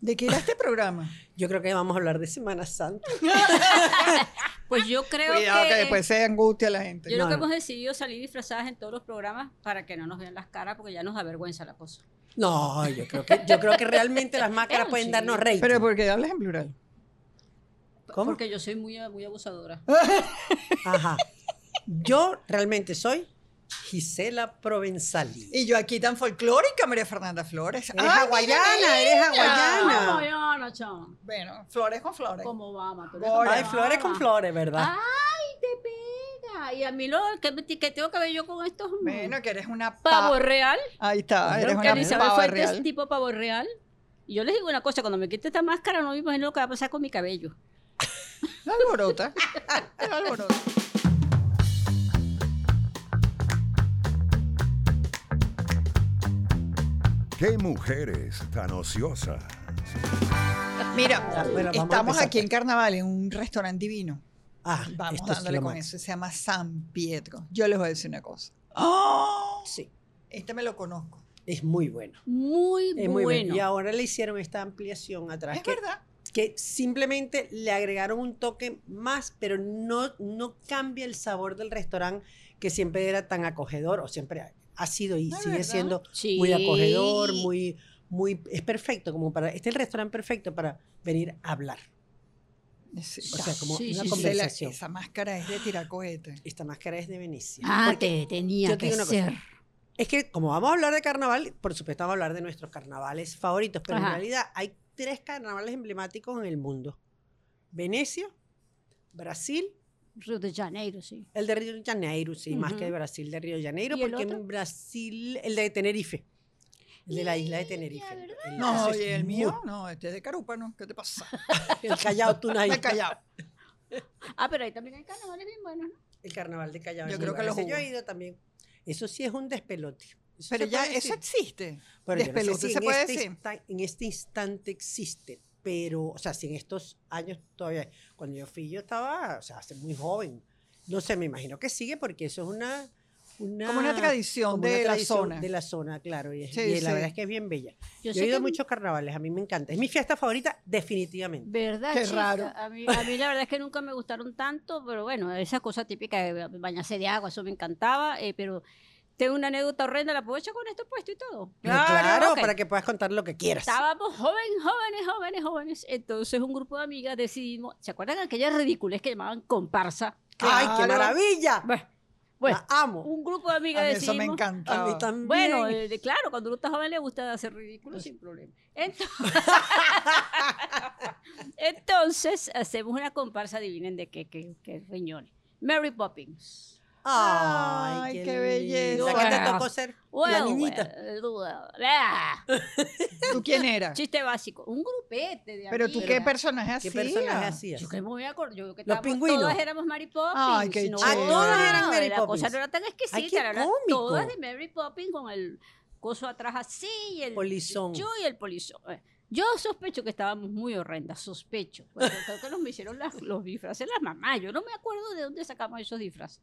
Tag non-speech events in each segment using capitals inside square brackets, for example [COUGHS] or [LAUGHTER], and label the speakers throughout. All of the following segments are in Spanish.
Speaker 1: ¿De qué era este [LAUGHS] programa?
Speaker 2: Yo creo que vamos a hablar de Semana Santa.
Speaker 3: Pues yo creo
Speaker 1: Cuidado que,
Speaker 3: que...
Speaker 1: después se angustia la gente.
Speaker 3: Yo creo
Speaker 2: ah, pues, No,
Speaker 3: que
Speaker 2: no.
Speaker 3: hemos decidido salir disfrazadas en todos los programas para que no nos vean las caras porque ya nos da vergüenza la cosa.
Speaker 2: No, yo creo que, yo creo que realmente las máscaras
Speaker 3: Pero
Speaker 2: pueden
Speaker 3: sí.
Speaker 2: darnos rey.
Speaker 1: Pero ¿por qué hablas en plural?
Speaker 2: ¿Cómo? Ah,
Speaker 3: Porque yo soy muy, muy abusadora.
Speaker 2: Ajá. Yo realmente soy Gisela Provenzali.
Speaker 1: Y yo aquí tan folclórica, María Fernanda Flores.
Speaker 2: Eres
Speaker 1: ¡Ah, mira,
Speaker 2: hawaiana, eres
Speaker 1: niña!
Speaker 2: hawaiana.
Speaker 3: Como yo, no, chon.
Speaker 1: Bueno, flores con flores.
Speaker 3: Como Obama. tú eres
Speaker 1: Flores.
Speaker 3: como
Speaker 2: Ay, flores con
Speaker 3: Obama.
Speaker 2: flores,
Speaker 1: Ah.
Speaker 2: ¿verdad?
Speaker 3: Ay, te pega. Y a mí lo que, me- que tengo que ver yo con estos mm,
Speaker 1: Bueno, que eres una
Speaker 3: pavo
Speaker 1: pa-
Speaker 3: real.
Speaker 1: Ahí está, eres
Speaker 2: Creo
Speaker 3: Que
Speaker 1: una
Speaker 3: Elizabeth
Speaker 1: pava
Speaker 3: Fuentes es
Speaker 2: este-
Speaker 1: real.
Speaker 3: tipo pavo real. Y yo les digo una cosa, cuando me quite esta máscara no me imagino lo que va a pasar con mi cabello.
Speaker 1: La
Speaker 2: [LAUGHS]
Speaker 1: alborota. La alborota.
Speaker 4: ¡Qué mujeres tan ociosas!
Speaker 1: Mira,
Speaker 2: Ya, bueno, vamos a
Speaker 1: estamos
Speaker 2: empezar.
Speaker 1: aquí en Carnaval, en un restaurante divino.
Speaker 2: Ah,
Speaker 1: Vamos
Speaker 2: esto es
Speaker 1: dándole
Speaker 2: lo
Speaker 1: con
Speaker 2: máximo.
Speaker 1: eso. Se llama San Pietro. Yo les voy a decir una cosa. ¡Oh!
Speaker 2: Sí,
Speaker 1: Este me lo conozco.
Speaker 2: es muy bueno.
Speaker 3: Muy
Speaker 2: Es muy
Speaker 3: bueno.
Speaker 2: bueno. Y ahora le hicieron esta ampliación atrás.
Speaker 1: Es
Speaker 2: que,
Speaker 1: verdad.
Speaker 2: que simplemente le agregaron un toque más, pero no, no cambia el sabor del restaurante que siempre era tan acogedor o siempre ha, ha sido y
Speaker 1: Ah,
Speaker 2: sigue
Speaker 1: ¿verdad?
Speaker 2: siendo
Speaker 3: Sí.
Speaker 2: muy acogedor, muy, muy, es perfecto como para, este es el restaurante perfecto para venir a hablar.
Speaker 1: Sí.
Speaker 2: O sea, como
Speaker 3: Sí,
Speaker 2: una
Speaker 3: sí, sí.
Speaker 2: conversación.
Speaker 1: esa máscara es de tiracohete.
Speaker 2: Esta máscara es de Venecia.
Speaker 3: Ah,
Speaker 2: Porque
Speaker 3: te tenía
Speaker 2: yo te
Speaker 3: que
Speaker 2: digo una cosa.
Speaker 3: ser.
Speaker 2: Es que como vamos a hablar de carnaval, por supuesto vamos a hablar de nuestros carnavales favoritos, pero en
Speaker 3: Ajá.
Speaker 2: realidad hay tres carnavales emblemáticos en el mundo. Venecia, Brasil,
Speaker 3: Río de Janeiro, sí.
Speaker 2: el de Río de Janeiro, sí, más que
Speaker 3: Ujú.
Speaker 2: de Brasil, de Río de Janeiro,
Speaker 3: ¿Y el
Speaker 2: porque
Speaker 3: otro?
Speaker 2: en Brasil, el de Tenerife, el de la isla de Tenerife.
Speaker 3: ¿verdad?
Speaker 2: El-
Speaker 1: No,
Speaker 2: ese
Speaker 1: y
Speaker 2: es
Speaker 1: el
Speaker 2: muy-
Speaker 1: mío, no, este es de Carúpano. ¿Qué te pasa?
Speaker 2: [LAUGHS] El Callao Tunay.
Speaker 1: Me he callado.
Speaker 3: Ah, pero ahí también hay carnavales bien buenos, ¿no?
Speaker 2: El carnaval de Callao.
Speaker 1: Yo
Speaker 2: es
Speaker 1: creo
Speaker 2: muy
Speaker 1: que lo
Speaker 2: bueno. Ese Yo
Speaker 1: jugó.
Speaker 2: he ido también. Eso sí es un despelote. Eso
Speaker 1: [LAUGHS] Pero
Speaker 2: se
Speaker 1: ya,
Speaker 2: puede
Speaker 1: eso
Speaker 2: decir.
Speaker 1: existe.
Speaker 2: Bueno, yo no sé
Speaker 1: Despelote,
Speaker 2: si
Speaker 1: ¿se
Speaker 2: en
Speaker 1: puede
Speaker 2: este
Speaker 1: decir?
Speaker 2: insta- en este instante existe, pero, o sea, si en estos años todavía, cuando yo fui, yo estaba, o sea, hace muy joven. No sé, me imagino que sigue porque eso es una... una
Speaker 1: Como una tradición
Speaker 2: Ah, como una
Speaker 1: de la
Speaker 2: tradición
Speaker 1: zona.
Speaker 2: De la zona, claro. Y, es-
Speaker 1: Sí,
Speaker 2: y
Speaker 1: sí.
Speaker 2: la verdad es que es bien bella. Yo,
Speaker 3: sé
Speaker 2: he ido a
Speaker 3: que-
Speaker 2: muchos carnavales, a mí me encanta. Es mi fiesta favorita, definitivamente.
Speaker 3: ¿Verdad?
Speaker 1: Qué
Speaker 3: chica?
Speaker 1: raro.
Speaker 3: A mí, a mí la verdad es que nunca me gustaron tanto, pero bueno, esa cosa típica de bañarse de agua, eso me encantaba, eh, pero tengo una anécdota horrenda, la puedo echar con esto puesto y todo.
Speaker 2: Pero claro,
Speaker 3: Ok.
Speaker 2: para que puedas contar lo que quieras.
Speaker 3: Estábamos jóvenes, jóvenes, jóvenes, jóvenes. Entonces un grupo de amigas decidimos, ¿se acuerdan aquellas ridículas que llamaban comparsa?
Speaker 2: ¡Ay, qué
Speaker 1: Claro.
Speaker 2: maravilla!
Speaker 3: Bueno, bueno,
Speaker 2: la amo.
Speaker 3: un grupo de amigas
Speaker 1: A mí eso me
Speaker 3: decidimos...
Speaker 2: A
Speaker 1: encantaba.
Speaker 2: mí también.
Speaker 3: Bueno, eh, de- claro, cuando uno está joven le gusta hacer
Speaker 1: Pues
Speaker 3: ridículo
Speaker 1: [LAUGHS]
Speaker 3: sin problema. Entonces, Entonces, hacemos una comparsa, adivinen de qué, qué, qué riñones. Mary Poppins.
Speaker 2: Ay,
Speaker 1: Ay,
Speaker 2: qué,
Speaker 1: qué belleza.
Speaker 2: belleza. ¿Qué te
Speaker 3: Bueno.
Speaker 2: tocó ser? la
Speaker 3: Well,
Speaker 2: niñita.
Speaker 3: well, well. Ah,
Speaker 1: ¿Tú quién eras?
Speaker 3: chiste básico. Un grupete de
Speaker 1: Pero tú
Speaker 3: amigas.
Speaker 1: qué personaje hacías.
Speaker 2: ¿Qué personaje hacías?
Speaker 3: Yo que me voy a acordar, yo que
Speaker 2: Los
Speaker 3: estábamos-
Speaker 2: pingüinos.
Speaker 3: todas éramos Mary Poppins.
Speaker 1: Ay, qué
Speaker 3: no,
Speaker 1: chévere. Ah, todas
Speaker 2: eran Mary
Speaker 3: La cosa
Speaker 2: Poppins.
Speaker 3: no era tan exquisita,
Speaker 2: Ay, qué
Speaker 3: la verdad,
Speaker 2: cómico.
Speaker 3: todas de Mary Poppins con el coso atrás así y el
Speaker 2: Polizón.
Speaker 3: Yo y el polizón. Eh, Yo sospecho que estábamos muy horrendas, sospecho. Porque creo que nos me hicieron las- los disfraces las mamás. Yo no me acuerdo de dónde sacamos esos disfraces.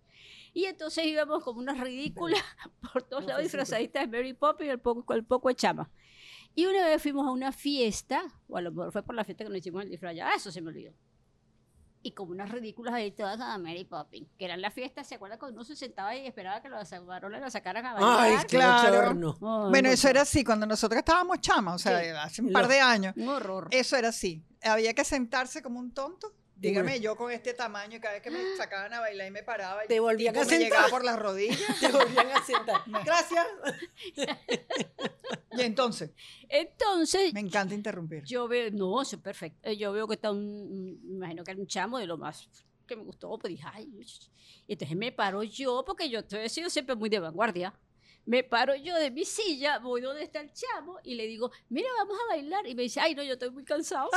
Speaker 3: Y entonces íbamos como unas ridículas [LAUGHS] por todos
Speaker 2: No fue simple.
Speaker 3: lados disfrazaditas de Mary Poppins y el poco, el poco de chama. Y una vez fuimos a una fiesta, o a lo mejor fue por la fiesta que nos hicimos el disfraz, ya, ah, eso se me olvidó. Y como unas ridículas ahí todas a Mary Poppins, que eran las fiestas, ¿se acuerdan cuando uno se sentaba y esperaba que los varones la sacaran a
Speaker 2: Ay,
Speaker 3: bailar?
Speaker 2: qué
Speaker 1: Claro.
Speaker 2: bochorno.
Speaker 3: Ay,
Speaker 1: Bueno,
Speaker 3: no,
Speaker 1: eso era así, cuando nosotros estábamos chamas, o sea,
Speaker 3: Sí.
Speaker 1: hace un
Speaker 2: Lo-
Speaker 1: par de años.
Speaker 3: Un horror.
Speaker 1: Eso era así. Había que sentarse como un tonto. Dígame, yo con este tamaño, cada vez que me sacaban a bailar y me paraba, y
Speaker 2: Te volvían
Speaker 1: tipo,
Speaker 2: a
Speaker 1: me llegaba
Speaker 2: sentar.
Speaker 1: por las rodillas.
Speaker 2: Te volvían a sentar. Gracias.
Speaker 1: [LAUGHS] Y entonces,
Speaker 3: Entonces,
Speaker 1: me encanta interrumpir.
Speaker 3: yo veo, no, eso es perfecto. Eh, Yo veo que está un, un- me imagino que era un chamo de lo más que me gustó, pues dije, ay, ush". Y entonces me paro yo, porque yo estoy- he sido siempre muy de vanguardia. Me paro yo de mi silla, voy donde está el chamo y le digo, mira, vamos a bailar. Y me dice, ay, no, yo estoy
Speaker 1: [LAUGHS]
Speaker 3: muy cansado.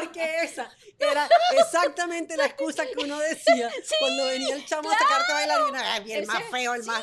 Speaker 2: Porque esa era exactamente la excusa que uno decía cuando venía el chamo a sacarte a bailar. Y uno, "Ay, el
Speaker 3: Ese-
Speaker 2: más feo, el más.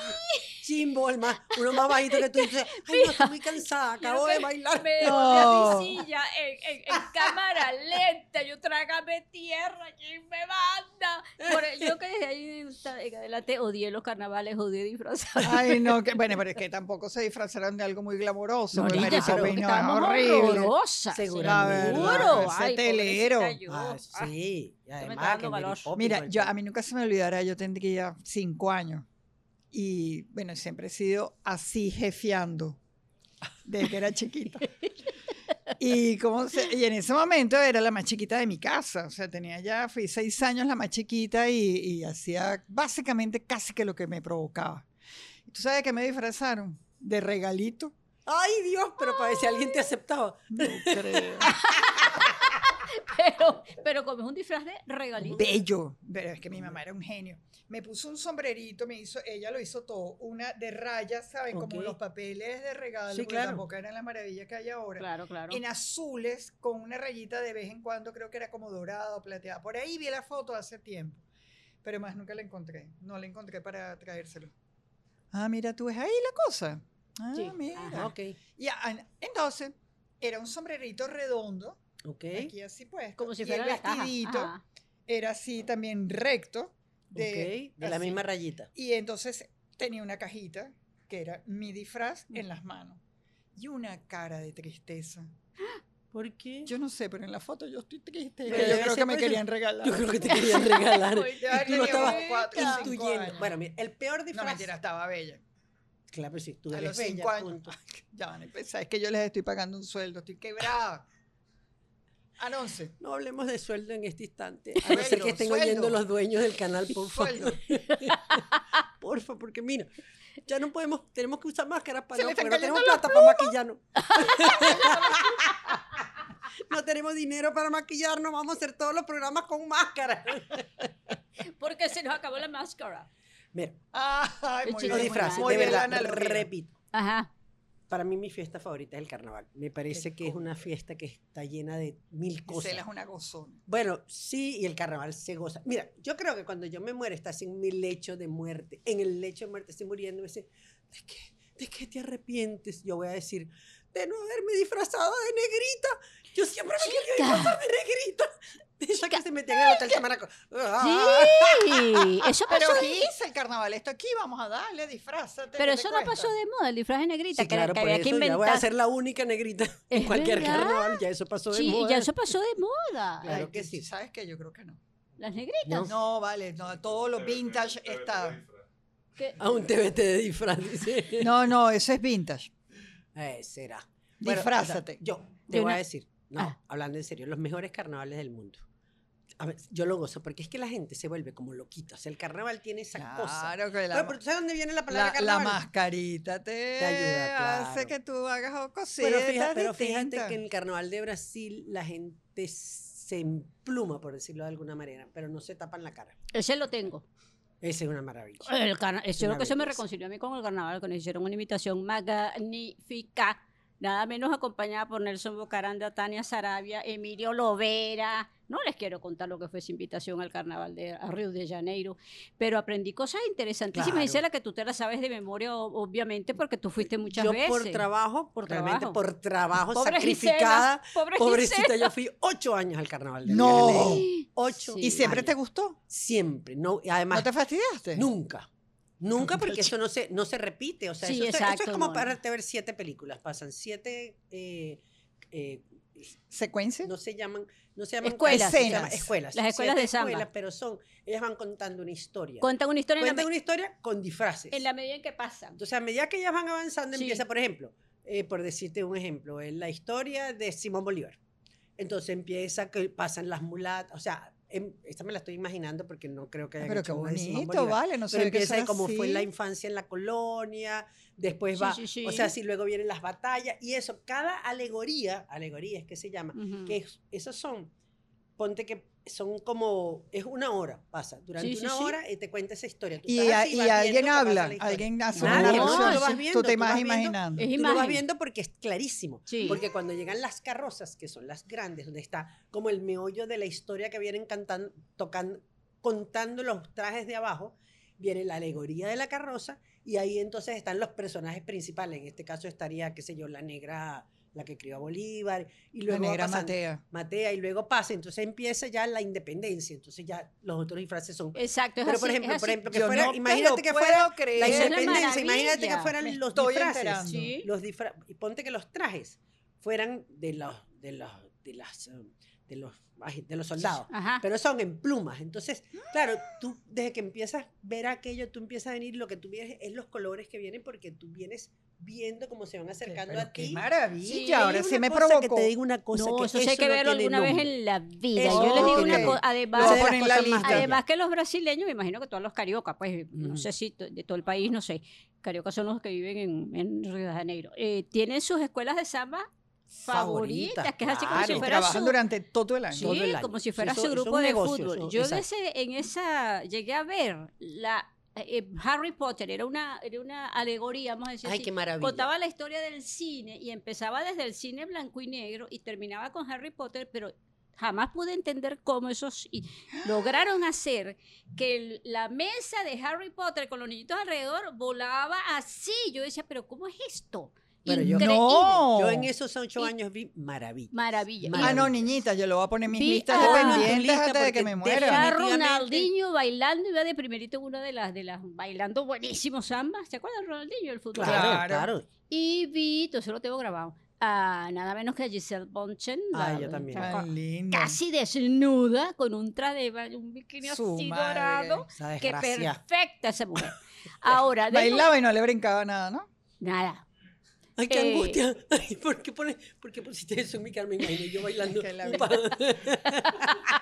Speaker 2: chimbo, el más, uno más bajito que tú. y dices, ay, no, estoy muy cansada, acabo de bailar.
Speaker 3: Me
Speaker 1: No.
Speaker 3: dejó mi silla en, en- en cámara lenta. Yo trágame tierra, ¿quién me manda? Por, yo que desde ahí en adelante odié los carnavales, odié disfrazar.
Speaker 1: Ay, no, que, bueno, pero es que tampoco se disfrazaron de algo muy glamoroso.
Speaker 3: No,
Speaker 1: porque
Speaker 3: niña,
Speaker 1: Marisol
Speaker 3: pero que
Speaker 1: Pino
Speaker 3: estábamos
Speaker 1: es horrible.
Speaker 3: horrorosas,
Speaker 2: Seguro.
Speaker 1: La verdad,
Speaker 3: seguro.
Speaker 1: ese
Speaker 3: Ay,
Speaker 1: telero.
Speaker 3: pobrecita yo.
Speaker 2: Ah,
Speaker 3: Ah,
Speaker 2: sí, y
Speaker 3: está
Speaker 2: además
Speaker 3: dando
Speaker 2: que el
Speaker 3: valor.
Speaker 2: Mary Poppins,
Speaker 1: Mira,
Speaker 2: por
Speaker 1: yo, a
Speaker 2: ejemplo.
Speaker 1: mí nunca se me olvidará, yo tendría cinco años. Y bueno, siempre he sido así jefeando, desde que era chiquita. Y, cómo se- y en ese momento era la más chiquita de mi casa, o sea, tenía ya, fui seis años la más chiquita y, y hacía básicamente casi que lo que me provocaba. ¿Y ¿Tú sabes de qué me disfrazaron? De regalito.
Speaker 2: Ay, Dios, pero para ver si alguien te aceptaba.
Speaker 1: No creo.
Speaker 3: Pero, pero como es un disfraz de regalito.
Speaker 1: bello. Pero es que mi mamá era un genio. Me puso un sombrerito, me hizo, ella lo hizo todo, una de rayas, ¿saben? Como
Speaker 2: Ok.
Speaker 1: los papeles de regalo,
Speaker 2: Sí,
Speaker 1: porque
Speaker 2: claro.
Speaker 1: tampoco eran las maravillas que hay ahora.
Speaker 3: Claro, claro.
Speaker 1: En azules, con una rayita de vez en cuando, creo que era como dorada o plateada. Por ahí vi la foto hace tiempo, pero más nunca la encontré. No la encontré para traérselo. Ah, mira, tú ves ahí la cosa. Ah,
Speaker 3: Sí,
Speaker 1: mira.
Speaker 2: Ah, ok,
Speaker 1: Y, ah, entonces, era un sombrerito redondo,
Speaker 2: ok.
Speaker 1: aquí así pues.
Speaker 3: Como si fuera
Speaker 1: el
Speaker 3: la caja.
Speaker 1: vestidito
Speaker 3: Ajá.
Speaker 1: era así también recto. De,
Speaker 2: ok, de la
Speaker 1: así.
Speaker 2: misma rayita.
Speaker 1: Y entonces tenía una cajita, que era mi disfraz,
Speaker 2: Mm.
Speaker 1: en las manos. Y una cara de tristeza.
Speaker 2: ¿Por qué?
Speaker 1: Yo no sé, pero en la foto yo estoy triste.
Speaker 2: Pero
Speaker 1: Que yo
Speaker 2: debe
Speaker 1: creo
Speaker 2: ser
Speaker 1: que me
Speaker 2: por eso.
Speaker 1: querían regalar.
Speaker 2: Yo creo que te querían
Speaker 1: [LAUGHS]
Speaker 2: regalar.
Speaker 3: Ay,
Speaker 1: Yo haber
Speaker 2: tú no
Speaker 1: tenido como
Speaker 2: estabas
Speaker 1: cuatro o cinco
Speaker 2: intuyendo.
Speaker 1: años.
Speaker 2: Bueno, mira, el peor
Speaker 1: no,
Speaker 2: disfraz.
Speaker 1: mentira, estaba bella.
Speaker 2: claro, sí, tú
Speaker 1: A
Speaker 2: eres
Speaker 1: los cinco
Speaker 2: bella,
Speaker 1: años.
Speaker 2: punto.
Speaker 1: Ya van a empezar. Es que yo les estoy pagando un sueldo. Estoy quebrada. Ah, Anonce.
Speaker 2: No hablemos de sueldo en este instante. A no ser
Speaker 1: Sueldo,
Speaker 2: que estén
Speaker 1: sueldo.
Speaker 2: oyendo los dueños del canal, por
Speaker 1: Sueldo.
Speaker 2: favor. Porfa, porque mira, ya no podemos, tenemos que usar máscaras para
Speaker 1: Se
Speaker 2: no,
Speaker 1: le están
Speaker 2: porque no tenemos
Speaker 1: cayendo
Speaker 2: plata para maquillarnos.
Speaker 1: [LAUGHS]
Speaker 2: no tenemos dinero para maquillarnos, vamos a hacer todos los programas con máscara.
Speaker 3: Porque se nos acabó la máscara.
Speaker 2: Mira,
Speaker 1: Ah, Ay,
Speaker 3: El
Speaker 1: muy
Speaker 3: chico
Speaker 1: bien,
Speaker 2: los
Speaker 1: muy bien.
Speaker 2: disfraces, de
Speaker 1: Muy bien la
Speaker 2: verdad,
Speaker 1: analogía.
Speaker 2: repito.
Speaker 3: Ajá.
Speaker 2: Para mí mi fiesta favorita es el carnaval. Me parece
Speaker 1: Qué
Speaker 2: que es una fiesta que está llena de mil cosas.
Speaker 1: Gisela es una gozona.
Speaker 2: Bueno, sí, y el carnaval se goza. Mira, yo creo que cuando yo me muera estás en mi lecho de muerte. En el lecho de muerte estoy muriendo y me dicen, ¿de qué, ¿de qué te arrepientes? Yo voy a decir, de no haberme disfrazado de negrita. Yo siempre me quería disfrazar de negrita. [LAUGHS] De esa que se metían en el hotel chamanaco. Ah,
Speaker 3: [LAUGHS] Sí, eso
Speaker 1: Pero
Speaker 3: pasó. de-
Speaker 1: Gis, el carnaval, esto aquí vamos a darle, disfrázate.
Speaker 3: Pero
Speaker 1: ¿qué te
Speaker 3: eso no
Speaker 1: cuesta?
Speaker 3: pasó de moda, el disfraz de
Speaker 2: Sí,
Speaker 3: negrita, que,
Speaker 2: claro,
Speaker 3: que
Speaker 2: por
Speaker 3: había que
Speaker 2: eso ya voy a
Speaker 3: inventar.
Speaker 2: ser la única negrita en
Speaker 3: Es
Speaker 2: cualquier
Speaker 3: verdad.
Speaker 2: carnaval. Ya eso pasó de
Speaker 3: Sí,
Speaker 2: moda.
Speaker 3: ya eso pasó de moda.
Speaker 1: Ay,
Speaker 2: Claro que
Speaker 1: tú
Speaker 2: sí.
Speaker 1: ¿Sabes qué? Yo creo que no.
Speaker 3: Las negritas.
Speaker 2: No.
Speaker 1: No, vale, no, todo lo vintage está.
Speaker 3: que-
Speaker 2: A un TBT de disfraz, dice. [LAUGHS]
Speaker 1: No, no, eso es vintage.
Speaker 2: Eh, será. Bueno,
Speaker 1: Disfrázate.
Speaker 2: o sea, yo te
Speaker 3: De
Speaker 2: voy a
Speaker 3: una-
Speaker 2: decir, no,
Speaker 3: Ah.
Speaker 2: hablando en serio, los mejores carnavales del mundo. A ver, yo lo gozo porque es que la gente se vuelve como loquita. O sea, el carnaval tiene esa cosa.
Speaker 1: Claro que la,
Speaker 2: Bueno, pero ¿tú sabes dónde viene la palabra
Speaker 1: la- la
Speaker 2: carnaval?
Speaker 1: mascarita te,
Speaker 2: Te ayuda,
Speaker 1: hace
Speaker 2: claro.
Speaker 1: que tú hagas o cositas
Speaker 2: pero fíjate, pero fíjate
Speaker 1: distintas.
Speaker 2: que en el carnaval de Brasil la gente se empluma, por decirlo de alguna manera, pero no se tapan la cara.
Speaker 3: Ese lo tengo.
Speaker 2: Esa es una maravilla.
Speaker 3: El carna- Eso es
Speaker 2: Una
Speaker 3: lo que se me
Speaker 2: belleza.
Speaker 3: reconcilió a mí con el carnaval, cuando hicieron una imitación magnífica, nada menos acompañada por Nelson Bocaranda, Tania Sarabia, Emilio Lovera. No les quiero contar lo que fue esa invitación al carnaval de a Río de Janeiro, pero aprendí cosas interesantísimas.
Speaker 2: Claro.
Speaker 3: Dice la que tú te las sabes de memoria, o- obviamente, porque tú fuiste muchas
Speaker 2: yo
Speaker 3: veces.
Speaker 2: por trabajo,
Speaker 3: Por
Speaker 2: realmente
Speaker 3: trabajo.
Speaker 2: por trabajo,
Speaker 3: Pobre
Speaker 2: sacrificada,
Speaker 3: Gisela, pobre
Speaker 2: pobrecita, yo fui ocho años al carnaval de
Speaker 1: No.
Speaker 2: LA.
Speaker 3: Gisela.
Speaker 2: Ocho.
Speaker 3: Sí.
Speaker 1: ¿Y siempre
Speaker 2: años.
Speaker 1: te gustó?
Speaker 2: Siempre, no, y además
Speaker 1: ¿No te fastidiaste?
Speaker 2: Nunca. Nunca
Speaker 3: [LAUGHS]
Speaker 2: porque eso no se, no se repite. O sea,
Speaker 3: Sí,
Speaker 2: eso, se- eso
Speaker 3: exacto,
Speaker 2: es como
Speaker 3: no, no.
Speaker 2: para ver siete películas. Pasan siete, eh, eh,
Speaker 1: ¿Secuencia?
Speaker 2: no se llaman, no se llaman
Speaker 3: Escuelas.
Speaker 2: se llaman
Speaker 1: Escenas.
Speaker 2: escuelas.
Speaker 3: Las escuelas
Speaker 2: Siete
Speaker 3: de samba.
Speaker 2: pero son, ellas van contando una historia.
Speaker 3: Cuentan una historia en la,
Speaker 2: Cuentan una historia con disfraces.
Speaker 3: me- en la medida en que pasan.
Speaker 2: Entonces, a medida que ellas van avanzando,
Speaker 3: Sí.
Speaker 2: empieza, por ejemplo, eh, por decirte un ejemplo, en la historia de Simón Bolívar. Entonces empieza que pasan las mulatas, o sea, em- esta me la estoy imaginando porque no creo
Speaker 3: Ah,
Speaker 2: que haya
Speaker 1: Pero qué bonito,
Speaker 2: Bolívar.
Speaker 1: vale, no sé
Speaker 2: Pero empieza de
Speaker 1: de
Speaker 2: cómo fue la infancia en la colonia, después
Speaker 3: Sí,
Speaker 2: va,
Speaker 3: sí, sí.
Speaker 2: o sea, si luego vienen las batallas y eso, cada alegoría, alegoría es que se llama,
Speaker 1: Mm.
Speaker 3: Ujú.
Speaker 2: que es- esos son, ponte que son como, es una hora, pasa, durante
Speaker 3: Sí, sí,
Speaker 2: una
Speaker 3: sí.
Speaker 2: hora y te cuenta esa historia. Tú
Speaker 1: Y,
Speaker 2: estás
Speaker 1: a-
Speaker 2: así,
Speaker 1: y
Speaker 2: Ah, vas
Speaker 1: alguien
Speaker 2: viendo qué pasa
Speaker 1: habla,
Speaker 2: la historia.
Speaker 1: alguien hace
Speaker 3: Nadie,
Speaker 1: una
Speaker 3: no,
Speaker 1: narración.
Speaker 3: tú lo
Speaker 2: vas viendo,
Speaker 1: tú te
Speaker 2: tú lo vas
Speaker 1: vas
Speaker 2: viendo.
Speaker 1: imaginando.
Speaker 3: Es
Speaker 2: Tú lo vas
Speaker 3: imagen.
Speaker 2: viendo porque es clarísimo.
Speaker 3: Sí.
Speaker 2: Porque cuando llegan las carrozas, que son las grandes, donde está como el meollo de la historia que vienen cantando, tocando, contando los trajes de abajo, viene la alegoría de la carroza y ahí entonces están los personajes principales. En este caso estaría, qué sé yo, la negra, la que crió a Bolívar, y
Speaker 1: La
Speaker 2: luego va
Speaker 1: negra
Speaker 2: pasando-
Speaker 1: Matea.
Speaker 2: Matea, y luego pasa. Entonces empieza ya la independencia. Entonces ya los otros disfraces son.
Speaker 3: Exacto, es
Speaker 2: Pero
Speaker 3: así,
Speaker 2: por
Speaker 3: es
Speaker 2: ejemplo, por
Speaker 3: así.
Speaker 2: ejemplo, que
Speaker 1: Yo
Speaker 2: fuera,
Speaker 1: no te
Speaker 2: imagínate
Speaker 1: lo
Speaker 2: que
Speaker 1: puedo
Speaker 2: fuera la
Speaker 1: creer.
Speaker 3: Es una
Speaker 2: independencia, imagínate que
Speaker 3: maravilla.
Speaker 2: fueran
Speaker 1: Me
Speaker 2: los
Speaker 1: estoy
Speaker 2: disfraces
Speaker 1: enterando.
Speaker 3: Sí.
Speaker 2: los disfra- y ponte que los trajes fueran de los de los de las eh, de los ay, de los soldados
Speaker 3: Ajá.
Speaker 2: pero son en plumas entonces claro tú desde que empiezas a ver aquello tú empiezas a venir lo que tú vienes es los colores que vienen porque tú vienes viendo cómo se van acercando
Speaker 1: Pero
Speaker 2: a
Speaker 1: qué
Speaker 2: ti
Speaker 1: maravilla,
Speaker 3: Sí,
Speaker 1: ahora
Speaker 2: Hay
Speaker 1: sí
Speaker 2: una
Speaker 1: me
Speaker 2: cosa
Speaker 1: provocó.
Speaker 2: que te digo una cosa
Speaker 3: no,
Speaker 2: que
Speaker 3: eso sí hay
Speaker 2: eso
Speaker 3: que
Speaker 2: no
Speaker 3: verlo
Speaker 2: tiene
Speaker 3: alguna vez
Speaker 2: nombre.
Speaker 3: en la vida.
Speaker 2: Eso
Speaker 3: Yo les digo una
Speaker 1: ok.
Speaker 3: cosa,
Speaker 1: Lo voy a
Speaker 3: además,
Speaker 2: Entonces,
Speaker 1: poner en la
Speaker 2: las cosas más
Speaker 1: lista.
Speaker 2: bellas.
Speaker 3: además que los brasileños, me imagino que todos los cariocas, pues no
Speaker 2: Ujú.
Speaker 3: sé si to- de todo el país, no sé, cariocas son los que viven en, en Río de Janeiro, eh, tienen sus escuelas de samba favoritas, que es así como si
Speaker 2: claro.
Speaker 3: fuera
Speaker 1: Trabajan
Speaker 3: su,
Speaker 1: durante todo el año.
Speaker 3: Sí,
Speaker 2: todo el año.
Speaker 3: como si
Speaker 2: Sí,
Speaker 3: fuera
Speaker 2: eso-
Speaker 3: su
Speaker 2: eso es
Speaker 3: grupo
Speaker 2: un
Speaker 3: de
Speaker 2: negocio,
Speaker 3: fútbol.
Speaker 2: eso-
Speaker 3: Yo de
Speaker 2: exacto.
Speaker 3: ese- en esa llegué a ver la eh, Harry Potter era una era una alegoría, vamos a decir
Speaker 2: ay
Speaker 3: así.
Speaker 2: qué maravilla
Speaker 3: Contaba la historia del cine y empezaba desde el cine blanco y negro y terminaba con Harry Potter, pero jamás pude entender cómo esos y- lograron hacer que el- la mesa de Harry Potter con los niñitos alrededor volaba así. Yo decía, pero ¿cómo es esto?
Speaker 2: Pero yo-
Speaker 3: Increíble.
Speaker 1: No.
Speaker 2: yo en esos ocho
Speaker 3: Y-
Speaker 2: años vi maravilla
Speaker 3: Maravilla.
Speaker 2: Maravilloso.
Speaker 1: Ah, no, niñita, yo lo voy a poner en mis
Speaker 3: Vi
Speaker 1: listas
Speaker 3: a-
Speaker 1: dependientes
Speaker 2: ah, Tu lista,
Speaker 1: antes de que
Speaker 2: porque
Speaker 1: me
Speaker 3: Era
Speaker 1: muera.
Speaker 2: definitivamente-
Speaker 3: Ronaldinho bailando y va de primerito en una de las de las bailando buenísimo samba. ¿Se acuerdan de Ronaldinho el fútbol?
Speaker 1: Claro.
Speaker 2: claro claro,
Speaker 3: Y vi, entonces lo tengo grabado. a nada menos que a Giselle Bonchen.
Speaker 2: Ah,
Speaker 3: la-
Speaker 2: yo también.
Speaker 3: la-
Speaker 1: Tan lindo.
Speaker 3: Casi desnuda con un traje de baño, un bikini
Speaker 1: Su
Speaker 3: así
Speaker 1: madre.
Speaker 3: dorado.
Speaker 2: esa
Speaker 3: Que
Speaker 2: desgracia
Speaker 3: perfecta esa
Speaker 1: [LAUGHS]
Speaker 3: mujer. Ahora, de
Speaker 1: Bailaba y no le brincaba nada, ¿no?
Speaker 3: nada.
Speaker 2: ay qué
Speaker 3: eh,
Speaker 2: angustia [LAUGHS] ay por qué pone- por qué pusiste eso en mi Carmen Me imagino yo bailando
Speaker 1: que la
Speaker 2: un
Speaker 1: vi.
Speaker 2: pa- Ah,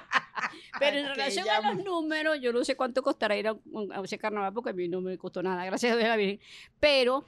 Speaker 3: Pero en
Speaker 1: Ay, qué
Speaker 3: relación a
Speaker 1: llama.
Speaker 3: los números, yo no sé cuánto costará ir a, un- a ese carnaval porque a mí no me costó nada, gracias a Dios la Virgen. Pero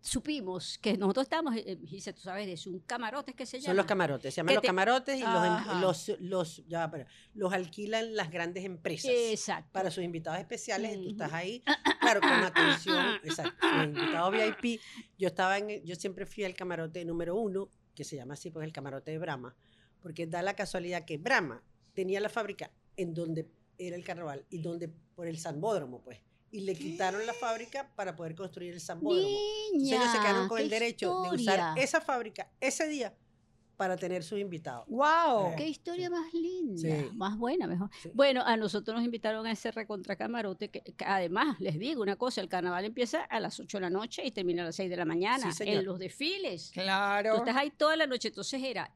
Speaker 3: supimos que nosotros estábamos, eh, Gise, tú sabes, de eso, un camarote que se llama.
Speaker 2: Son los camarotes, se llaman
Speaker 3: Que
Speaker 2: los
Speaker 3: te-
Speaker 2: camarotes y los,
Speaker 1: Ajá.
Speaker 2: em- los, los, ya, va, pero, los alquilan las grandes empresas
Speaker 3: Exacto.
Speaker 2: para sus invitados especiales. Tú
Speaker 3: Ujú.
Speaker 2: estás
Speaker 3: [LAUGHS]
Speaker 2: ahí, claro, con atención, exacto, sus invitados VIP. Yo, estaba en, yo siempre fui al camarote número uno, que se llama así, pues el camarote de Brahma, porque da la casualidad que Brahma tenía la fábrica en donde era el carnaval y donde, por el Sambódromo, pues. Y le quitaron la fábrica para poder construir el Sambódromo.
Speaker 3: Niña,
Speaker 2: Entonces ellos se quedaron con
Speaker 3: qué
Speaker 2: el derecho de
Speaker 3: historia,
Speaker 2: usar esa fábrica ese día para tener sus invitados.
Speaker 1: ¡Wow!
Speaker 3: Qué historia más linda,
Speaker 2: Sí.
Speaker 3: más buena, mejor.
Speaker 2: Sí.
Speaker 3: Bueno, a nosotros nos invitaron a ese recontracamarote, que, que además, les digo una cosa, el carnaval empieza a las 8 de la noche y termina a las 6 de la mañana,
Speaker 2: Sí, señor.
Speaker 3: en los desfiles.
Speaker 1: Claro.
Speaker 3: Tú estás ahí toda la noche, entonces era